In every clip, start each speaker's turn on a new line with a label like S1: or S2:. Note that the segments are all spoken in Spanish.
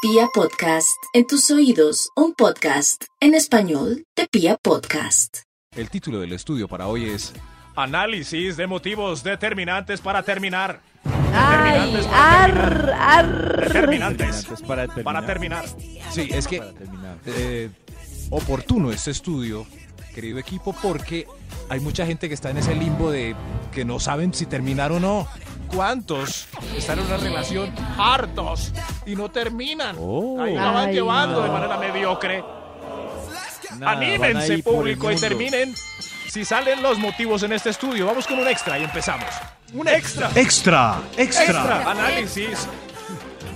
S1: Pia Podcast, en tus oídos, un podcast en español de Pia Podcast.
S2: El título del estudio para hoy es
S3: Análisis de motivos determinantes para terminar.
S4: Ay,
S3: Determinantes para terminar.
S4: ar, ar.
S3: Determinantes
S5: Antes para terminar.
S3: para terminar.
S2: Sí, es que
S5: Para terminar.
S2: eh, oportuno este estudio, querido equipo, porque hay mucha gente que está en ese limbo de que no saben si terminar o no.
S3: ¿Cuántos están en una relación hartos y no terminan? Ahí la van
S4: Ay,
S3: llevando de
S4: no.
S3: manera mediocre.
S5: Nada, van
S3: Anímense,
S5: ahí por el
S3: público, y
S5: mundo.
S3: terminen. Si salen los motivos en este estudio, vamos con un extra y empezamos. Un extra.
S6: Extra, extra.
S3: Extra. Análisis.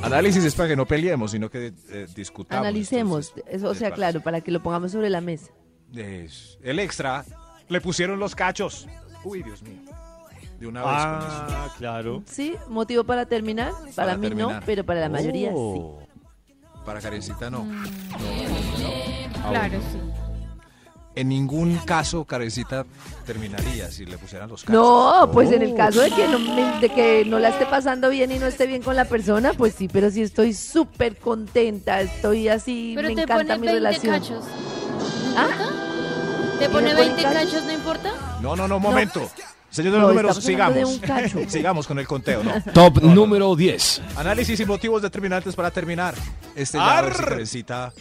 S2: Análisis es para que no peleemos, sino que eh, discutamos.
S4: Analicemos,
S2: Entonces,
S4: eso, o
S2: les
S4: sea,
S2: parece.
S4: claro, para que lo pongamos sobre la mesa.
S2: Es- el extra,
S3: Le pusieron los cachos.
S2: uy, Dios mío, de una vez con eso.
S5: Ah, claro.
S4: ¿Sí? ¿Motivo para terminar? Para,
S2: Para
S4: mí
S2: terminar.
S4: no, pero para la mayoría sí.
S5: Oh.
S2: Para Karencita
S4: Mm.
S2: no.
S7: Claro, sí.
S2: En ningún caso Karencita terminaría si le pusieran los cachos.
S4: No, pues en el caso de que no, me- de que no la esté pasando bien y no esté bien con la persona, pues sí, pero sí estoy súper contenta, estoy así,
S7: Pero
S4: me
S7: te
S4: encanta
S7: pone
S4: mi
S7: 20
S4: relación.
S7: cachos.
S4: ¿Ah?
S7: ¿Te pone
S4: ponen
S7: 20
S4: cachos?
S7: cachos? ¿No importa?
S2: No, no, no, momento. Señor de
S4: No,
S2: los números,
S4: estamos hablando de
S2: sigamos.
S4: un cacho.
S2: sigamos con el conteo, ¿no?
S6: Top número 10.
S2: Análisis y motivos determinantes para terminar. Este ya a ver si
S3: Arr.
S2: Karencita,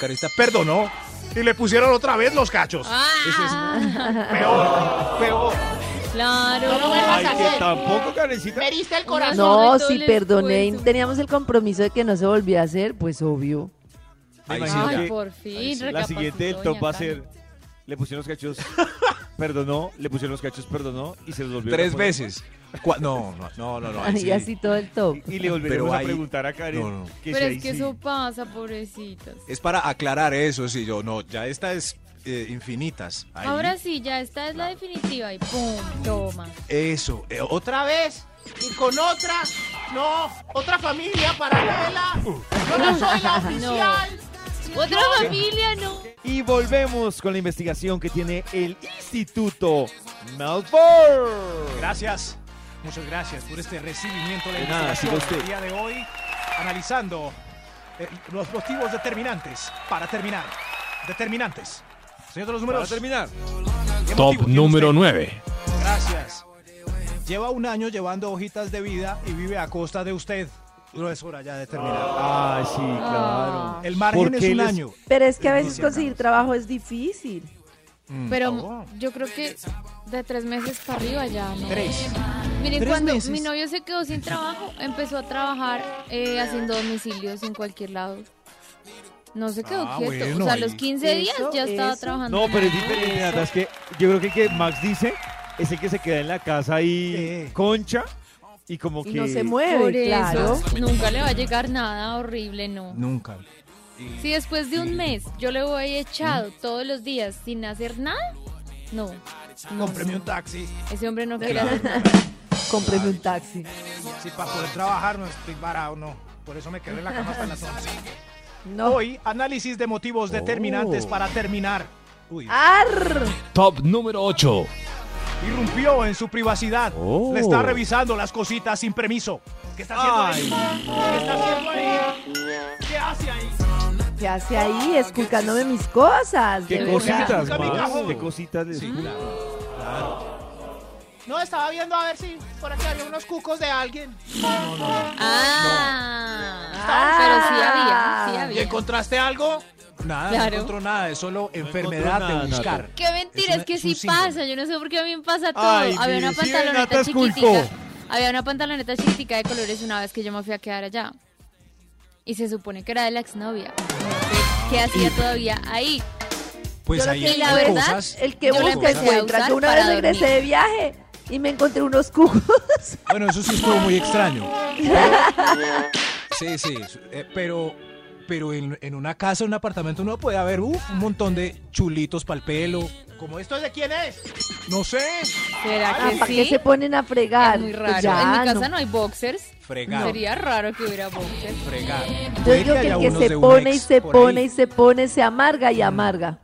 S2: Karencita
S3: Perdonó. Y le pusieron otra vez los cachos.
S5: Ah.
S7: Ah,
S3: Peor, peor.
S7: claro.
S5: Ay, que tampoco, Karencita.
S4: No, sí, perdoné, teníamos el compromiso de que no se volvía a hacer, pues obvio.
S5: Me
S2: Ahí
S5: imagino
S2: sí,
S7: Ay,
S5: que
S7: por
S5: Sí,
S7: fin.
S5: La siguiente del
S7: recapacitó
S5: top va a
S7: doña
S5: ser. Le pusieron los cachos, perdonó, le pusieron los cachos, perdonó y se los volvió. a
S2: tres
S5: poner.
S2: veces. Cua- No, no, no, no. no ahí sí.
S4: Y así todo el top.
S5: Y le volveremos
S2: Pero
S5: a
S2: ahí-
S5: preguntar a Karen.
S2: no, no.
S5: Que
S7: Pero
S5: si
S7: es
S5: ahí
S7: que
S5: sí.
S7: eso pasa, pobrecitas.
S2: Es para aclarar eso, sí, yo no. Ya esta es eh, infinitas. Ahí.
S7: Ahora sí, ya esta es la definitiva y pum, toma.
S2: Eso. eh, otra
S8: otra vez y con otra, no, otra familia paralela. Yo no soy la
S7: No.
S8: oficial.
S7: Otra familia, no.
S5: Y volvemos con la investigación que tiene el Instituto Melbourne.
S3: Gracias, muchas gracias por este recibimiento de la
S5: De nada,
S3: investigación
S5: siga usted.
S3: del día de hoy, analizando eh, los motivos determinantes para terminar. Determinantes. Señor de los números.
S5: Para terminar.
S3: ¿qué
S6: Top
S3: motivo tiene
S6: número
S3: usted?
S6: 9.
S3: Gracias. Lleva un año llevando hojitas de vida y vive a costa de usted. No es hora ya de terminar.
S5: Ah, sí, claro.
S3: El
S5: Ah. ¿Por
S3: margen
S5: qué
S3: es un
S5: les-
S3: año.
S4: Pero es que a veces conseguir trabajo es difícil.
S3: Mm,
S7: Pero yo creo que de tres meses para arriba ya, ¿no?
S3: Tres.
S7: Miren,
S3: Tres
S7: cuando
S3: meses.
S7: mi novio se quedó sin trabajo, empezó a trabajar eh, haciendo domicilios en cualquier lado. No se quedó
S2: Ah,
S7: quieto.
S2: bueno,
S7: o sea, a
S2: y-
S7: los 15 días
S4: Eso,
S7: ya estaba
S4: eso.
S7: trabajando.
S5: No,
S7: en
S5: pero es
S7: algo.
S5: diferente. Nata, es que yo creo que el que Max dice es el que se queda en la casa y
S3: Eh.
S5: concha y como que.
S4: Y no se
S7: Por
S4: mueve, claro.
S7: eso nunca le va a llegar nada horrible, no.
S2: Nunca.
S7: Si después de un mes yo le voy echado todos los días sin hacer nada, no. No,
S3: Cómpreme un taxi.
S7: Ese hombre no quiere hacer nada.
S4: Cómpreme un taxi.
S3: Si para poder trabajar no estoy varado, no. Por eso me quedé en la cama hasta las 11.
S4: No.
S3: Hoy, análisis de motivos
S2: Oh.
S3: determinantes para terminar. Uy,
S4: Ah. Ar.
S6: Top número 8.
S3: irrumpió en su privacidad.
S5: Oh.
S3: Le está revisando las cositas sin permiso. ¿Qué está haciendo ahí? ¿Qué está haciendo ahí? ¿Qué hace ahí?
S4: ¿Qué hace ahí? Esculcándome mis cosas. de
S5: ¿Qué
S4: verdad.
S5: cositas,
S3: Nunca me
S5: Max?
S3: cajó.
S5: ¿Qué cositas les
S8: No, estaba viendo a ver si por aquí había unos cucos de alguien.
S7: Ah,
S4: Ah.
S7: pero sí había, sí
S3: ¿Y
S7: había.
S3: encontraste algo?
S2: Nada,
S7: Claro.
S2: no encontró nada, es solo enfermedad
S5: encontró nada,
S2: de buscar.
S7: Qué mentira,
S2: Es
S7: es,
S2: una-
S7: que
S2: es un
S7: sí
S2: síndrome.
S7: pasa. Yo no sé por qué a mí me pasa todo.
S5: Ay,
S7: Había
S5: mi-
S7: una
S5: sí, Renata
S7: pantaloneta
S5: es
S7: chiquitica.
S5: culpo.
S7: Había una pantaloneta chiquitica de colores una vez que yo me fui a quedar allá. Y se supone que era de la exnovia. ¿Qué hacía todavía ahí?
S2: Pues
S4: Yo lo
S2: ahí
S4: que-
S2: hay
S7: y la verdad,
S2: cosas.
S4: El que
S7: Yo la
S4: busca
S7: empecé a
S4: encuentra.
S7: usar
S4: Yo una
S7: para
S4: vez regresé
S7: dormir.
S4: de viaje y me encontré unos cubos.
S2: Bueno, eso sí estuvo muy extraño. Sí, sí, su- eh, pero, pero en, en una casa, en un apartamento, uno puede haber uf, un montón de chulitos para el pelo.
S8: Como esto es de quién es.
S2: No sé,
S7: ¿Será
S4: Ah,
S7: que
S4: ¿Para
S7: sí?
S4: qué se ponen a fregar?
S7: Es muy
S4: Pues
S7: raro.
S4: ya,
S7: en mi casa
S4: no.
S7: no, hay boxers.
S2: fregar,
S7: Sería raro que hubiera boxers.
S2: fregar.
S4: Yo
S2: Puede
S4: digo que
S2: haya
S4: el que
S2: unos de
S4: se
S2: un
S4: pone y
S2: ex
S4: se
S2: por ahí
S4: pone y se pone se amarga y amarga.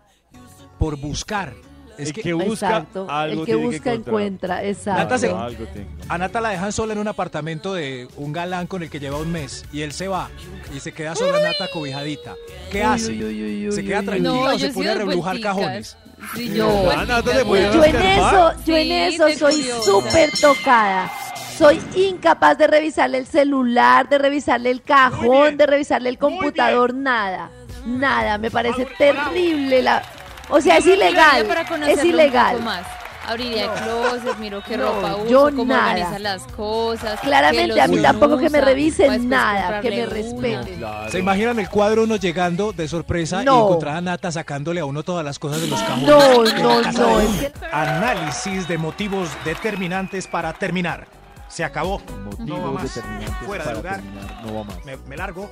S2: Por buscar. Es
S5: el que,
S2: que
S5: busca
S4: Exacto.
S5: algo
S4: el que
S5: tiene
S4: busca
S5: encontrar.
S4: encuentra,
S2: Nata se-
S4: exacto.
S5: Algo tiene que-
S2: a Nata la dejan sola en un apartamento de un galán con el que lleva un mes y él se va y se queda sola Nata cobijadita. ¿Qué hace?
S4: Uy, uy, uy, uy,
S2: ¿Se queda
S4: uy, uy.
S2: tranquila o se pone a reblujar cajones?
S7: Sí,
S5: No,
S7: yo.
S5: Ana, no te puedes
S4: Yo en
S5: escapar.
S4: eso, yo en
S7: Sí,
S4: eso
S7: te
S4: soy
S7: curiosa.
S4: súper tocada. Soy incapaz de revisarle el celular, de revisarle el
S8: Muy
S4: cajón,
S8: bien.
S4: de revisarle el
S8: Muy
S4: computador, nada. Nada, me parece
S8: Abre-
S4: terrible la o sea, es
S7: Yo
S4: ilegal.
S7: abriría para
S4: Es
S7: conocerlo un poco
S4: ilegal.
S7: más. Abriría el closet, miro qué
S4: No,
S7: ropa uso,
S4: yo
S7: cómo
S4: nada.
S7: organiza las cosas.
S4: Claramente
S7: qué
S4: a mí
S7: loción
S4: tampoco que me
S7: usa, para
S4: revisen
S7: después
S4: nada, que me
S7: comprarle una.
S4: respeten.
S5: Ah,
S2: ¿Se imaginan el cuadro uno llegando de sorpresa y
S4: No.
S2: encontrar a Nata sacándole a uno todas las cosas de los cajones?
S4: No,
S2: de la
S4: no,
S2: casa
S4: no,
S2: de
S4: es
S2: uno?
S4: que
S3: Análisis de motivos determinantes para terminar. Se acabó. No va
S5: Motivos
S3: más.
S5: determinantes
S3: Fuera de
S5: para
S3: lugar.
S5: terminar. No va más.
S3: Me, me largo.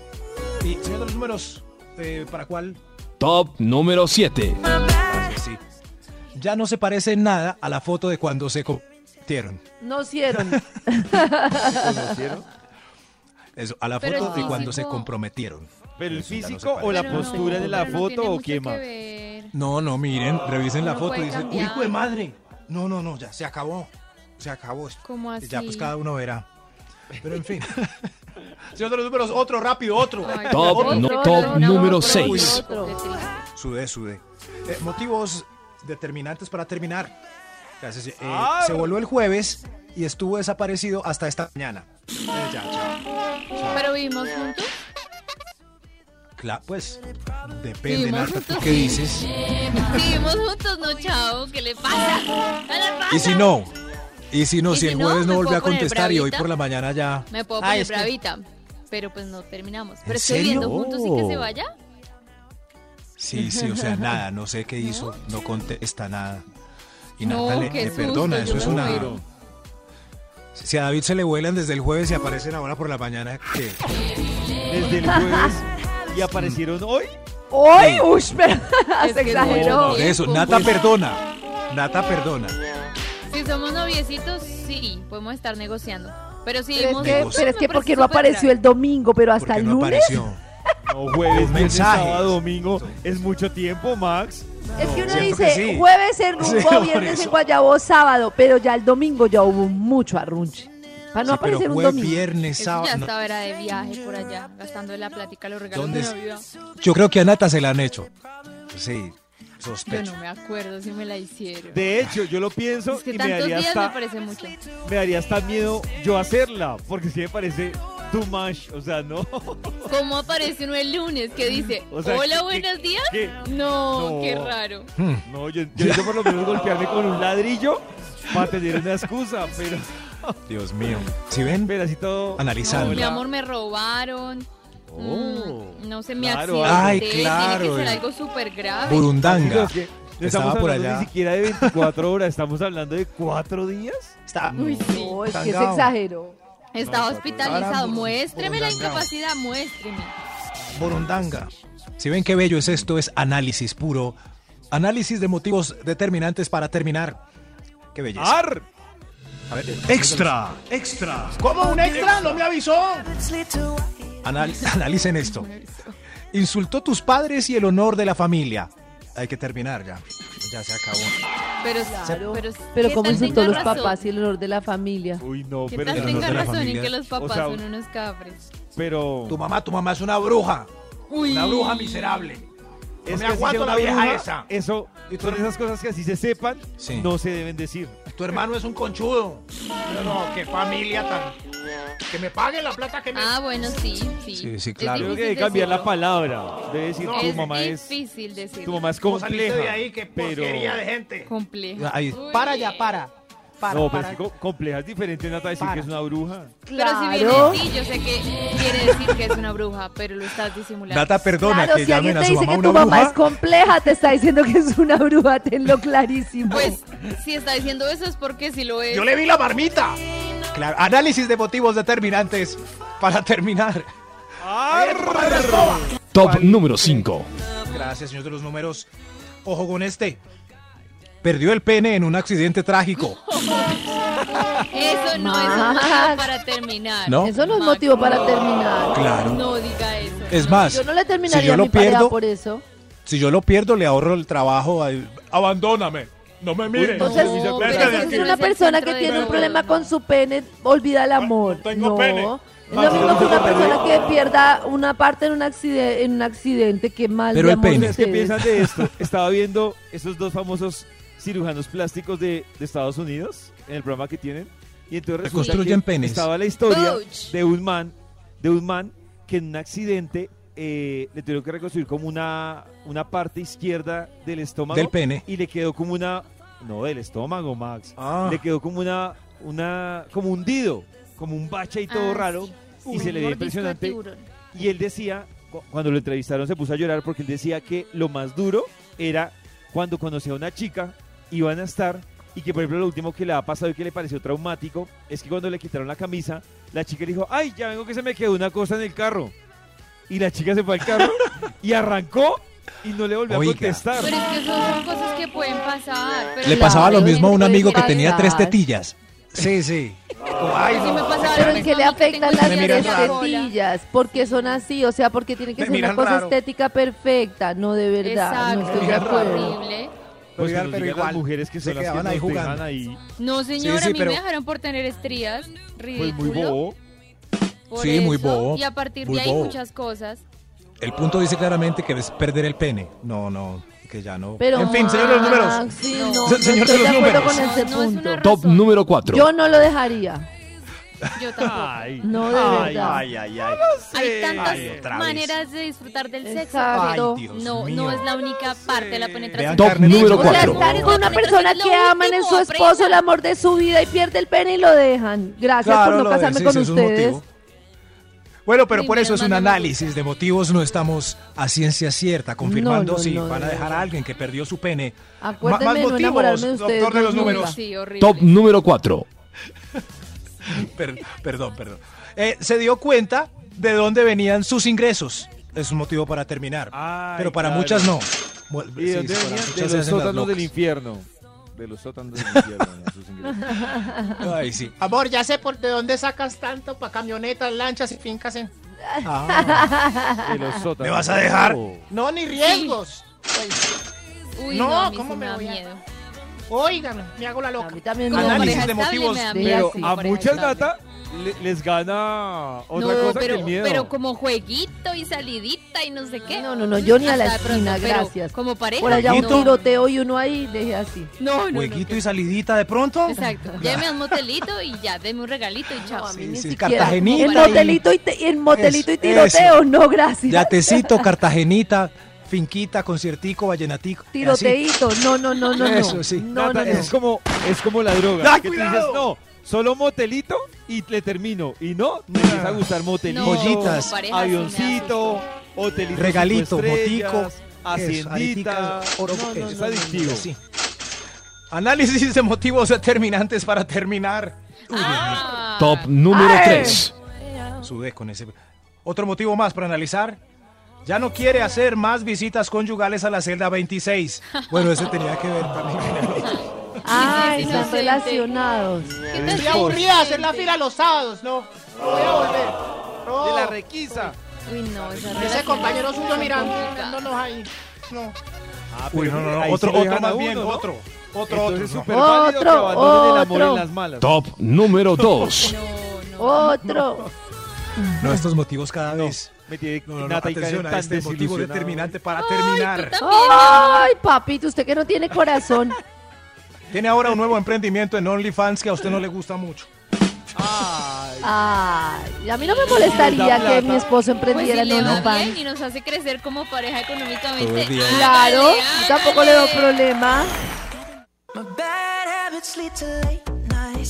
S3: Y señor de los números, eh, ¿para cuál?
S6: Top número 7.
S2: Sí. Ya no se parece en nada a la foto de cuando se convirtieron.
S4: no hicieron.
S5: ¿Conocieron?
S2: Eso, a la
S7: Pero
S2: foto
S7: el
S2: de cuando se
S7: físico-
S2: comprometieron.
S5: ¿Pero el
S2: Eso ya no se
S5: físico o la
S7: Pero no,
S5: postura de la
S7: pero no
S5: foto
S7: tiene
S5: o
S7: mucho
S5: qué
S7: que
S5: más?
S7: ver.
S2: No, no, miren, revisen la
S7: no
S2: foto y
S7: puede
S2: dicen,
S7: cambiar.
S2: uy,
S7: Ya.
S2: de madre. No, no, no, ya se acabó. Se acabó esto.
S7: ¿Cómo así?
S2: Ya, pues cada uno verá. Pero en fin.
S3: Señor de los números, otro rápido, otro.
S7: Ay,
S6: Top
S7: otro,
S6: no-
S7: otro,
S6: top
S7: otro,
S6: número
S7: otro,
S6: seis.
S7: otro, qué triste.
S2: Sudé, sudé.
S3: Eh, motivos determinantes para terminar. Gracias, eh,
S5: Ah.
S3: se voló el jueves y estuvo desaparecido hasta esta mañana. Eh, ya, chao.
S7: Pero vivimos juntos.
S2: Cla- pues, depende,
S7: Vivimos
S2: Nata,
S7: juntos.
S2: ¿tú qué dices?
S7: Vivimos juntos, no, chao. ¿Qué le pasa? ¿Qué le pasa?
S2: Y si no, y si no,
S7: ¿Y
S2: si,
S7: si
S2: el
S7: no?
S2: jueves no,
S7: ¿Me
S2: volvió
S7: puedo
S2: a
S7: poner
S2: contestar y hoy
S7: bravita?
S2: por la mañana ya.
S7: Me puedo
S2: Ay,
S7: poner
S2: Ah, es que-
S7: bravita. Pero pues no terminamos.
S2: ¿En
S7: Pero estoy
S2: serio?
S7: viviendo juntos y que se vaya.
S2: Sí, sí, o sea, nada, no sé qué hizo, no contesta nada. Y
S7: No,
S2: Nata le,
S7: qué
S2: le
S7: susto,
S2: perdona,
S7: yo
S2: eso
S7: me
S2: es una...
S7: muero.
S2: Si a David se le vuelan desde el jueves y aparecen ahora por la mañana, ¿qué?
S5: Desde el jueves y aparecieron hoy.
S4: Hoy, uy, pero Ah, se
S7: que
S4: exageró.
S7: no.
S2: Por eso,
S7: pues-
S2: Nata perdona, Nata perdona.
S7: Si somos noviecitos, sí, podemos estar negociando. Pero si
S4: Pero es
S7: vivimos
S4: que,
S2: Negocio.
S4: pero es que porque no apareció
S7: el
S4: el domingo, pero hasta
S2: Porque
S4: el
S2: no
S4: lunes.
S2: apareció.
S5: No, jueves, viernes,
S2: mensajes.
S5: sábado, domingo. Es mucho tiempo, Max.
S4: Es que uno
S2: Cierto que
S4: dice
S2: sí.
S4: jueves en
S2: Sí,
S4: rumbo,
S2: por
S4: viernes en
S2: eso.
S4: Guayabo, sábado, pero ya el domingo ya hubo mucho arrunche. Para no
S2: Sí, pero
S4: aparecer un
S2: jueves,
S4: domingo.
S2: viernes,
S7: ya
S2: sábado... no.
S7: estaba era de viaje por allá, gastando la plática, los regalos
S2: ¿Dónde
S7: de
S2: es?
S7: Navidad.
S2: Yo creo que a Nata se la han hecho. Sí,
S7: Yo
S2: sospecho.
S7: no me acuerdo si me la hicieron.
S5: De hecho, yo lo pienso
S7: es que
S5: y me
S7: tantos
S5: daría,
S7: días me
S5: hasta,
S7: parece mucho.
S5: me daría hasta miedo yo hacerla, porque si me parece too much, o sea, no.
S7: ¿Cómo aparece uno el lunes que dice,
S5: O sea,
S7: hola,
S5: ¿qué-
S7: buenos días?
S5: ¿Qué?
S7: No,
S5: No.
S7: qué raro.
S5: No, yo, yo, yo por lo menos golpearme con un ladrillo para tener una excusa, pero,
S2: Dios mío. ¿Sí ven?
S5: pero así todo...
S2: Analizando.
S7: Mi
S5: Hola.
S7: amor, me robaron.
S5: Oh.
S7: Mm, no sé, me
S5: Claro, eh.
S2: Ay,
S7: accidenté. Tiene
S2: claro,
S7: que ser
S2: el-
S7: algo súper grave.
S2: Burundanga.
S5: Así que
S2: Estaba
S5: No estamos
S2: por
S5: hablando
S2: allá.
S5: ni siquiera de 24 horas, estamos hablando de 4 días.
S2: Está-
S4: Uy, no, es que se
S2: Tangao.
S4: exageró.
S7: Estaba
S2: Ahora,
S7: hospitalizado.
S2: Burun-
S7: Muéstreme la
S2: Burundanga.
S7: incapacidad, muéstreme.
S2: Borondanga. Si ven qué bello es esto, es análisis puro. Análisis de motivos determinantes para terminar. Qué belleza.
S5: ¡Ar!
S2: A ver,
S6: Extra. Extra.
S8: ¿Cómo un extra? No me avisó.
S2: anal- analicen esto. Insultó tus padres y el honor de la familia. Hay que terminar ya. Ya se acabó.
S7: Pero, pero,
S4: Pero
S7: ¿qué
S4: como
S7: tal
S4: insultó
S7: tenga
S4: los
S7: razón?
S4: papás y el honor de la familia.
S5: Uy, no,
S7: ¿Qué
S5: pero...
S7: tal
S2: el
S7: tenga
S2: honor de la
S7: razón en
S2: familia.
S7: que los papás
S5: O sea,
S7: son unos cabres?
S5: pero
S2: Tu mamá, tu mamá es una bruja.
S7: Uy.
S2: Una bruja miserable.
S5: Es
S8: me
S5: que así
S8: aguanto
S5: sea
S8: la
S5: una
S8: vieja
S5: bruja,
S8: esa.
S5: Eso, son esas cosas que así se sepan,
S2: Sí.
S5: no se deben decir.
S8: Tu hermano es un conchudo. Pero no, qué familia tan. Que me paguen la plata que me.
S7: Ah, bueno, sí, sí.
S2: Sí, sí,
S7: Es
S2: claro.
S5: Creo
S7: difícil
S5: que hay que cambiar la
S7: decirlo.
S5: palabra. Debe decir
S8: No.
S5: tu
S7: Es
S5: mamá es,
S7: difícil decirlo.
S5: tu mamá es
S8: ¿Cómo saliste
S5: compleja.
S8: de ahí? Qué
S5: pero
S8: porquería de gente.
S7: Compleja.
S2: Ahí.
S7: Uy.
S5: no, pero es que co- compleja es diferente Nata decir que es una bruja.
S7: Pero si viene
S4: Claro.
S7: así, yo sé que quiere decir que es una bruja, pero lo estás disimulando.
S2: Nata, perdona
S4: Claro,
S2: que
S4: si
S2: llamen
S4: alguien
S2: a
S4: te
S2: su
S4: dice
S2: mamá
S4: que
S2: una
S4: tu mamá
S2: bruja.
S4: es compleja, te está diciendo que es una bruja, tenlo clarísimo.
S7: Pues, si está diciendo eso es porque si lo es.
S8: Yo le vi la marmita.
S2: Claro, análisis de motivos determinantes para terminar.
S6: Top número 5.
S2: Gracias, señor de los números. Ojo con este. Perdió el pene en un accidente trágico.
S7: Eso no es un
S4: Max.
S7: motivo para terminar.
S2: ¿No?
S4: Eso no es
S7: Max,
S4: motivo para terminar.
S2: Claro.
S7: No diga eso.
S2: Es
S7: no.
S2: más,
S4: Yo no le terminaría
S2: yo
S4: a
S2: lo
S4: mi pareja
S2: pierdo-
S4: por eso.
S2: si yo lo pierdo, le ahorro el trabajo. al- Abandóname.
S9: No me mire.
S4: O sea,
S9: No,
S7: No,
S9: venga
S4: pero
S9: de
S4: si
S9: aquí.
S4: es una
S7: No es el
S4: persona que
S7: centro
S4: tiene
S7: del
S4: un
S7: mundo.
S4: problema con su pene, olvida el amor.
S9: no tengo pene.
S4: Es lo mismo que una persona que pierda una parte en un accidente, en un accidente que mal
S2: Pero
S4: de
S2: el
S4: amor
S2: pene.
S5: ¿Ustedes qué
S4: ustedes.
S5: piensan de esto? Estaba viendo esos dos famosos cirujanos plásticos de, de Estados Unidos en el programa que tienen. Y entonces resulta
S2: Reconstruyen
S5: que
S2: penes.
S5: estaba la historia
S7: Ouch.
S5: de un man, de un man que en un accidente eh, le tuvieron que reconstruir como una, una parte izquierda del estómago
S2: Del pene.
S5: y le quedó como una no del estómago, Max.
S2: Ah.
S5: Le quedó como una una como hundido, como un bache y todo
S7: Ah,
S5: raro
S7: sí.
S5: y se le dio
S7: Mordisco de
S5: impresionante
S7: tiburón.
S5: y él decía, cu- cuando lo entrevistaron se puso a llorar porque él decía que lo más duro era cuando conocía a una chica, iban a estar, y que por ejemplo lo último que le ha pasado y que le pareció traumático es que cuando le quitaron la camisa, la chica le dijo, ay, ya vengo que se me quedó una cosa en el carro. Y la chica se fue al carro y arrancó y no le volvió
S2: Oiga.
S5: a contestar.
S7: Pero es que eso son cosas que pueden pasar. pero
S2: Le
S7: la-
S2: pasaba lo
S7: pero
S2: mismo a un
S7: dentro de
S2: amigo que
S7: esa-
S2: tenía tres
S4: Claro.
S2: tetillas. Sí, sí.
S7: Ay, sí me pasaba
S4: Pero
S7: lo
S4: en
S7: mismo
S4: qué le
S7: a mí
S4: afectan
S7: tengo
S4: las
S7: una
S4: tres
S7: tía sola.
S4: tetillas, porque son así, o sea, porque tiene que
S8: Me
S4: ser una
S8: miran
S4: cosa
S8: raro.
S4: estética perfecta, no de verdad. No
S7: Exacto,
S4: estoy de acuerdo.
S7: horrible.
S5: Pues que
S3: Oigan,
S5: nos
S3: pero
S5: digan
S3: igual,
S5: las mujeres que
S3: se
S5: son las que
S3: quedaban
S5: nos
S3: ahí jugando.
S5: dejan ahí,
S7: No, señora,
S2: sí,
S7: a mí
S2: pero-
S7: me dejaron por tener estrías.
S5: pues
S7: Ridículo.
S5: muy bobo.
S7: por
S2: Sí, muy
S7: eso,
S2: bobo,
S7: Y a partir
S2: muy
S7: de ahí
S2: bobo.
S7: muchas cosas.
S2: El punto dice claramente que es perder el pene. No, no, que ya no.
S4: Pero
S3: En fin, señor de los números.
S4: Maxi, no,
S7: Se-
S4: no
S3: señor de
S4: estoy
S3: los
S4: de acuerdo
S3: números.
S4: con ese
S7: Ah, No, no es una
S4: punto.
S7: razón.
S6: Top número 4.
S4: Yo no lo dejaría.
S7: Yo
S2: Ah,
S7: tampoco.
S5: Ay,
S4: No, de
S5: ay,
S4: verdad.
S5: ay, ay, ay.
S7: Hay tantas
S3: Ay, otra vez.
S7: maneras de disfrutar del sexo.
S4: Exacto.
S7: que no, no
S2: mío.
S7: es la única parte de la penetración.
S2: Top
S3: carne,
S6: número
S4: O sea,
S6: 4.
S4: estar con una persona que ama en su esposo el amor de su vida y pierde el pene y lo dejan. Gracias por no
S2: lo de-
S4: casarme
S2: eh, sí,
S4: con
S2: sí, es un
S4: ustedes.
S2: motivo. Bueno, pero
S7: Ni
S2: por
S7: mi
S2: eso es un
S7: hermana me
S2: análisis de motivos. No estamos a ciencia cierta confirmando
S4: No, no,
S2: si
S4: no,
S2: van a
S4: no,
S2: dejar
S4: no.
S2: a alguien que perdió su pene.
S4: Acuérdenme
S3: Más
S4: de no
S3: motivos,
S4: enamorarme de ustedes.
S3: doctor de los
S4: nunca.
S3: números.
S7: Sí, horrible.
S6: Top número 4.
S2: Per- perdón, perdón. Eh, se dio cuenta de dónde venían sus ingresos. Es un motivo para terminar.
S5: Ay,
S2: pero para
S5: claro.
S2: muchas no. Mu-
S5: ¿Y
S2: sí,
S5: de dónde
S2: para
S5: venían?
S2: muchas
S5: De
S2: se
S5: los
S2: hacen las
S5: sótanos del
S2: locas.
S5: infierno. De los sótanos del infierno. ¿no? Sus ingresos.
S2: Ay, sí.
S8: Amor, ya sé por de dónde sacas tanto para camionetas, lanchas y fincas en...
S2: Ah,
S5: De los sótanos.
S2: ¿Me vas a dejar?
S5: Oh.
S8: No, ni riesgos.
S7: Uy,
S8: No,
S7: no, a mí
S8: ¿cómo
S7: sí
S8: me
S7: da
S8: voy a-
S7: miedo.
S8: Óigame, me hago la
S4: A
S8: loca.
S4: mí también
S7: Como
S4: me
S3: Análisis
S7: pareja
S3: de
S7: estable
S3: motivos.
S7: me da miedo,
S5: Pero
S7: sí,
S5: a
S7: pareja
S5: muchas
S7: estable.
S5: gata le- les gana otra
S7: no,
S5: cosa
S7: pero,
S5: que el miedo.
S7: pero como jueguito y salidita y no sé qué.
S4: No, no, no, yo ni a la
S7: Hasta de
S4: esquina,
S7: pero
S4: gracias.
S7: Como pareja.
S4: Por allá un
S7: no.
S4: tiroteo y uno ahí, dejé así.
S7: No, no, no.
S2: jueguito y salidita de pronto.
S7: Exacto. Lléveme a un motelito y ya, deme un regalito y chao.
S4: No, a mí ni
S2: sí,
S4: siquiera.
S2: Cartagenita
S4: En
S7: ahí.
S4: motelito y, te- en motelito y
S2: Eso,
S4: tiroteo, no, gracias.
S2: Yatecito, cartagenita, finquita, conciertico, vallenatico. así.
S4: Tiroteito, no, no, no, no. no.
S2: Eso sí.
S4: No,
S5: Nata,
S4: no, no.
S5: Es como, es como la droga.
S2: ¡Ah,
S5: que tú
S2: cuidado!
S5: dices, no, solo motelito y le termino. Y no,
S2: Ah.
S5: me empieza a gustar motelito.
S7: No,
S2: Joyitas,
S7: como pareja sí me
S5: avioncito, hotelito.
S2: Regalito,
S5: cinco estrellas,
S2: botico,
S5: Haciendita.
S2: Eso, oro-
S5: No, no,
S2: eso,
S5: es adictivo.
S2: Sí. Análisis de motivos determinantes para terminar.
S7: Ah.
S6: Top número
S4: Ay.
S6: 3.
S2: Ah. Sudé con ese. Otro motivo más para analizar. Ya no quiere hacer más visitas conyugales a la celda 26. Bueno, ese tenía que ver también.
S4: Ay,
S7: Sí, sí,
S4: están
S7: inocente.
S4: relacionados.
S7: ¿Qué tal
S8: Estoy
S7: si-
S8: aburrida de hacer la fila los sábados, no. Voy a volver.
S5: De la
S8: No.
S5: requisa.
S7: Uy, no, esa
S8: Ese
S7: relación
S8: compañero
S7: es
S8: suyo mirando,
S7: complicada.
S8: mirándonos ahí. No.
S2: Uy, no, no,
S5: Ahí
S2: no. Otro,
S5: sí
S2: otro
S5: lo dejan a
S2: más
S5: uno,
S2: bien.
S5: ¿no?
S2: Otro. Otro,
S5: Otro,
S2: otro.
S5: es
S2: no.
S5: súper válido que
S4: Otro,
S5: abandonen el amor
S4: otro.
S5: en las malas.
S6: Top número 2.
S7: No,
S4: Oh,
S7: no.
S4: Otro.
S2: No, estos motivos cada
S5: No,
S2: vez.
S5: me tiene
S2: No, no, no,
S5: Nata y Karen
S2: atención a
S5: tan
S2: este motivo
S5: desilusionado.
S2: determinante para
S7: Ay, tú
S2: terminar.
S7: también.
S4: oh, Ay, papito, usted que no tiene corazón.
S2: Tiene ahora un nuevo emprendimiento en OnlyFans que a usted no le gusta mucho.
S5: Ay,
S4: Ay, a mí no me molestaría que mi esposo
S7: Pues si
S4: emprendiera
S7: le
S4: en
S7: va
S4: OnlyFans.
S7: bien y nos hace crecer como pareja
S2: Todo
S7: económicamente. Ah,
S2: el día.
S7: hágale,
S4: Claro,
S7: hágale.
S4: tampoco le veo problema.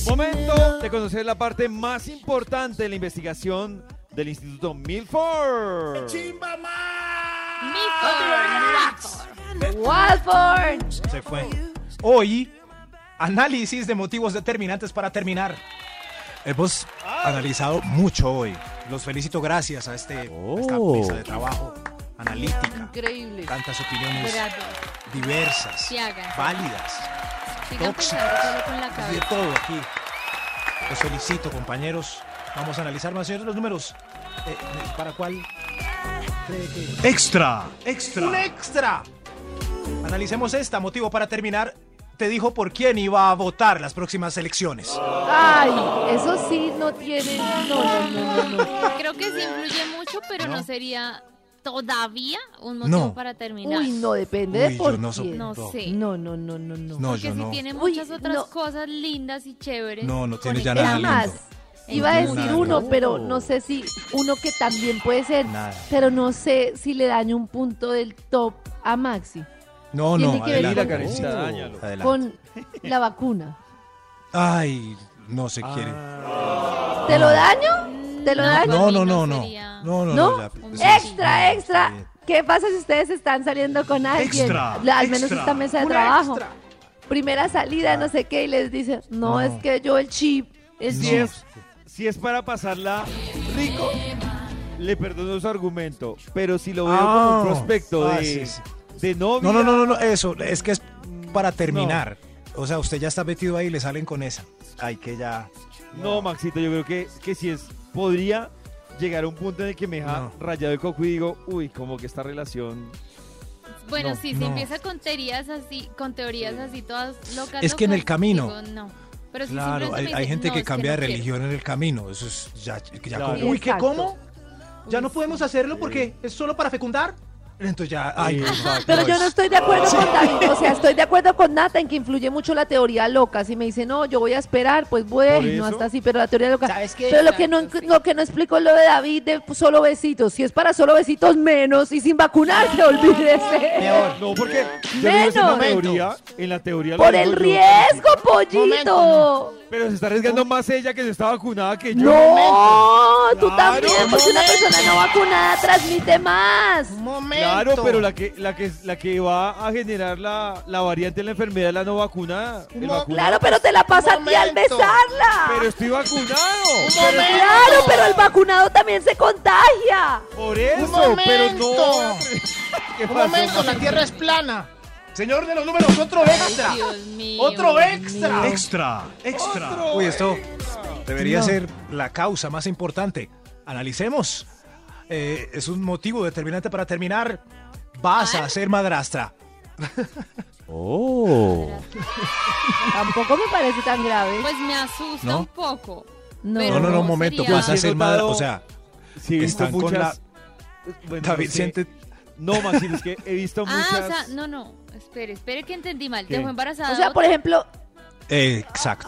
S5: Momento de conocer la parte más importante de la investigación del Instituto Milford.
S7: Mi
S4: Watford.
S2: Se fue. Hoy, análisis de motivos determinantes para terminar. Hemos analizado mucho hoy. Los felicito gracias a, este, a esta
S5: Oh.
S2: mesa de trabajo analítica.
S4: Increíble.
S2: Tantas opiniones
S7: Gracias.
S2: diversas,
S7: Sí, hagan.
S2: válidas,
S7: Sigan
S2: Tóxicos.
S7: pensando solo con la
S2: de
S7: cabeza.
S2: todo aquí. Los felicito, compañeros. Vamos a analizar más, señores, los números. Eh, ¿Para cuál cree que
S6: Extra.
S2: ¡Un extra! Analicemos esta, motivo para terminar. te dijo por quién iba a votar las próximas elecciones.
S4: Ay, eso sí no tiene. No, no, no, no, no.
S7: Creo que sí influye mucho, pero no, sería todavía un motivo
S2: No.
S7: para terminar.
S4: Uy, no, depende
S2: Uy,
S4: de
S2: yo
S4: por
S2: no
S4: quién.
S7: No
S2: No.
S7: sé.
S4: No, no, no, no, no.
S2: No,
S7: Porque
S2: yo
S7: si
S2: no.
S7: tiene
S4: Uy,
S7: muchas otras
S4: no.
S7: cosas lindas y chéveres.
S2: No, no tiene ya
S7: Conectadas.
S2: nada
S4: Además,
S2: lindo.
S4: Iba a
S2: No,
S4: decir
S2: nada,
S4: uno,
S2: no.
S4: pero no sé si uno que también puede ser,
S2: Nada.
S4: pero no sé si le daño un punto del top a Maxi
S2: No,
S4: Tiene
S2: no,
S4: que ver
S2: adelante.
S4: con-
S5: Karencita,
S2: Oh.
S5: dáñalo.
S2: Adelante.
S4: con la vacuna.
S2: Ay, no se quiere.
S4: ¿Te lo daño? ¿Te Ah. lo
S7: No,
S2: No,
S4: daño?
S7: Para mí
S2: no,
S7: no
S2: no, no.
S7: sería-
S2: No, no,
S4: ¿No?
S2: no. ya, pues,
S4: Extra,
S2: sí,
S4: extra.
S2: sí.
S4: ¿Qué pasa si ustedes están saliendo con alguien?
S2: Extra,
S4: La- Al menos
S2: extra,
S4: esta mesa de
S8: Una
S4: trabajo.
S8: extra.
S4: Primera salida, no sé qué, y les dice, no,
S2: No.
S4: es que yo el chip, el
S5: Si
S4: chip.
S5: es, si es para pasarla rico, le perdono su argumento. Pero si lo veo como
S2: Ah.
S5: un prospecto
S2: Ah, sí,
S5: de,
S2: sí.
S5: de novia.
S2: No, no, no, no, no, eso, es que es para terminar. O sea, usted ya está metido ahí y le salen con esa. Ay, que ya.
S5: No, Maxito, yo creo que, que si es, podría llegar a un punto en el que me deja
S2: No.
S5: rayado el coco y digo, uy, como que esta relación.
S7: Bueno,
S5: No,
S7: sí, se
S2: no.
S7: empieza con teorías así, con teorías así todas locas.
S2: Es que en el
S7: locas,
S2: camino.
S7: digo, no. Pero si
S2: Claro,
S7: simplemente
S2: hay,
S7: me
S2: hay
S7: dicen,
S2: gente
S7: "No,
S2: que
S7: es
S2: cambia
S7: no
S2: de
S7: quiero".
S2: religión en el camino. Eso es ya, ya
S5: Claro.
S2: como-
S8: Uy, ¿qué
S4: Exacto.
S8: cómo? Ya no podemos hacerlo porque es solo para fecundar.
S2: Entonces ya, ay, no.
S4: Pero yo no estoy de acuerdo con David, o sea, estoy de acuerdo con Nata en que influye mucho la teoría loca. Si me dice, no, yo voy a esperar, pues bueno,
S5: eso?
S4: hasta así, pero la teoría loca.
S8: ¿Sabes qué?
S4: Pero lo que no, lo que no explico es lo de David de solo besitos. Si es para solo besitos, menos, y sin vacunarse, olvídese.
S8: Peor.
S5: No, porque yo lo digo, es una
S4: Menos.
S5: teoría, en la teoría lo
S4: Por
S5: digo
S4: el
S5: yo,
S4: riesgo, pollito.
S5: Pero se está arriesgando más ella que se está vacunada que yo.
S4: No, tú
S5: Claro,
S4: también, porque una
S8: momento.
S4: persona no vacunada transmite más.
S8: Un momento.
S5: Claro, pero la que, la que, la que va a generar la, la variante en la enfermedad es la no vacunada. El
S8: Mo-
S5: vacunado.
S4: Claro, pero te la pasa a ti al
S5: Pero
S8: Momento.
S4: besarla.
S5: estoy vacunado.
S8: Un
S5: Pero-
S8: momento.
S4: Claro, pero el vacunado también se contagia.
S5: por eso,
S8: momento.
S5: pero no. ¿Qué
S8: Un
S5: pasó,
S8: momento, la
S5: Maxito?
S8: tierra es plana. Señor de los números, otro extra.
S7: Dios mío.
S8: Otro
S7: Dios
S8: extra.
S7: mío.
S2: Extra, extra. Uy, esto debería ser la causa más importante. Analicemos. Eh, es un motivo determinante para terminar. Vas a ser madrastra. Oh.
S4: Tampoco me parece tan grave.
S7: Pues me asusta
S2: ¿No?
S7: un poco.
S4: No,
S2: No, no,
S7: Pero
S2: no,
S7: no
S2: un momento.
S7: sería-
S2: Vas a ser madrastra. O sea,
S5: Sí, he visto
S2: Están con
S5: muchas- Bueno, Pues no
S2: David
S5: sé.
S2: siente.
S5: No, Maxito, es que he visto muchas.
S7: Ah, o sea, no, no. Espere, espere que entendí mal.
S5: ¿Qué?
S7: Dejó embarazada.
S4: O sea, por ejemplo,
S2: Eh, exacto,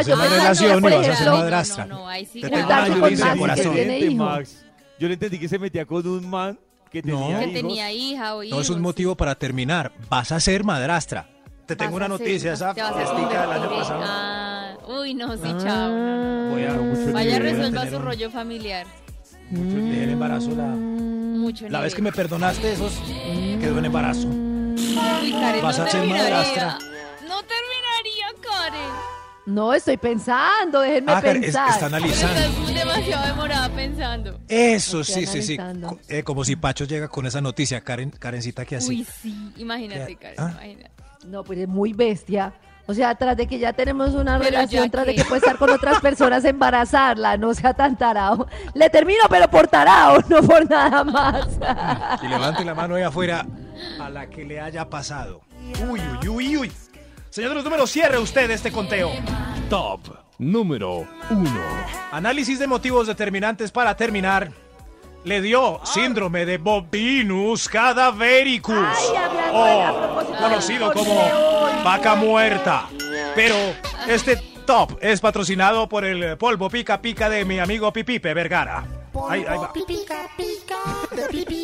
S2: sí. Estás
S4: yo
S2: en una
S4: pensaba que
S2: relación
S4: por
S2: y vas a ser
S4: ejemplo-
S2: madrastra.
S7: No, no, no, ahí sí.
S2: Te
S7: claro.
S2: tengo una
S4: Juntarse
S5: yo, le
S4: con
S2: llorita en el
S4: Max,
S5: entendí
S4: que
S2: corazón.
S4: tiene
S5: diferente,
S4: hijo.
S5: Max. Yo le entendí que se metía con un man que tenía
S2: No.
S7: Que
S5: hijos.
S7: tenía hija o
S2: No,
S7: hijos.
S2: es un motivo para terminar. Vas a ser madrastra. Te tengo
S7: Vas
S2: una
S7: a ser-
S2: noticia. Esa
S7: te vas a
S2: fiestica del año
S7: convertir-
S2: pasado.
S7: Ah, uy, no, sí, chao. no, no.
S2: Voy a-
S7: Vaya,
S2: Debería
S7: resuelva
S2: tener
S7: su
S2: un-
S7: rollo familiar.
S2: Mucho nivel de embarazo la.
S7: Mucho
S2: Mm. La vez que
S7: nivel.
S2: me perdonaste, esos quedó en embarazo.
S7: Uy, Karen,
S2: vas
S7: no
S2: a ser
S7: terminaría.
S2: madrastra.
S7: No terminaría, Karen.
S4: no estoy pensando, déjenme
S2: Ah, Karen, es-
S4: pensar.
S2: está analizando.
S7: Estás demasiado demorada pensando.
S2: Eso,
S4: Estoy
S2: sí, sí, sí.
S4: analizando.
S2: Co- eh, como si Pacho llega con esa noticia, Karen, Karencita, que así.
S7: Uy, sí. Imagínate,
S2: ¿Qué?
S7: Karen,
S2: ¿Ah?
S7: imagínate.
S4: No, pues es muy bestia. O sea, tras de que ya tenemos una
S7: Pero
S4: relación,
S7: ya
S4: tras de
S7: qué.
S4: que puede estar con otras personas, embarazarla, no sea tan tarado. Le termino, pero por tarado, no por nada más.
S2: Y levante la mano ahí afuera a la que le haya pasado.
S3: Uy, uy, uy, uy. Señor de los números, cierre usted este conteo.
S6: Top número 1.
S2: Análisis de motivos determinantes para terminar. Le dio
S4: Ah.
S2: síndrome de Bobinus cadavericus.
S4: Ay, hablando de- a propósito
S2: o
S4: del
S2: conocido como
S4: sorteo.
S2: vaca muerta. Pero este top es patrocinado por el polvo pica pica de mi amigo Pipipe Vergara. Ahí, ahí va.
S9: Pipica, pica, de pipi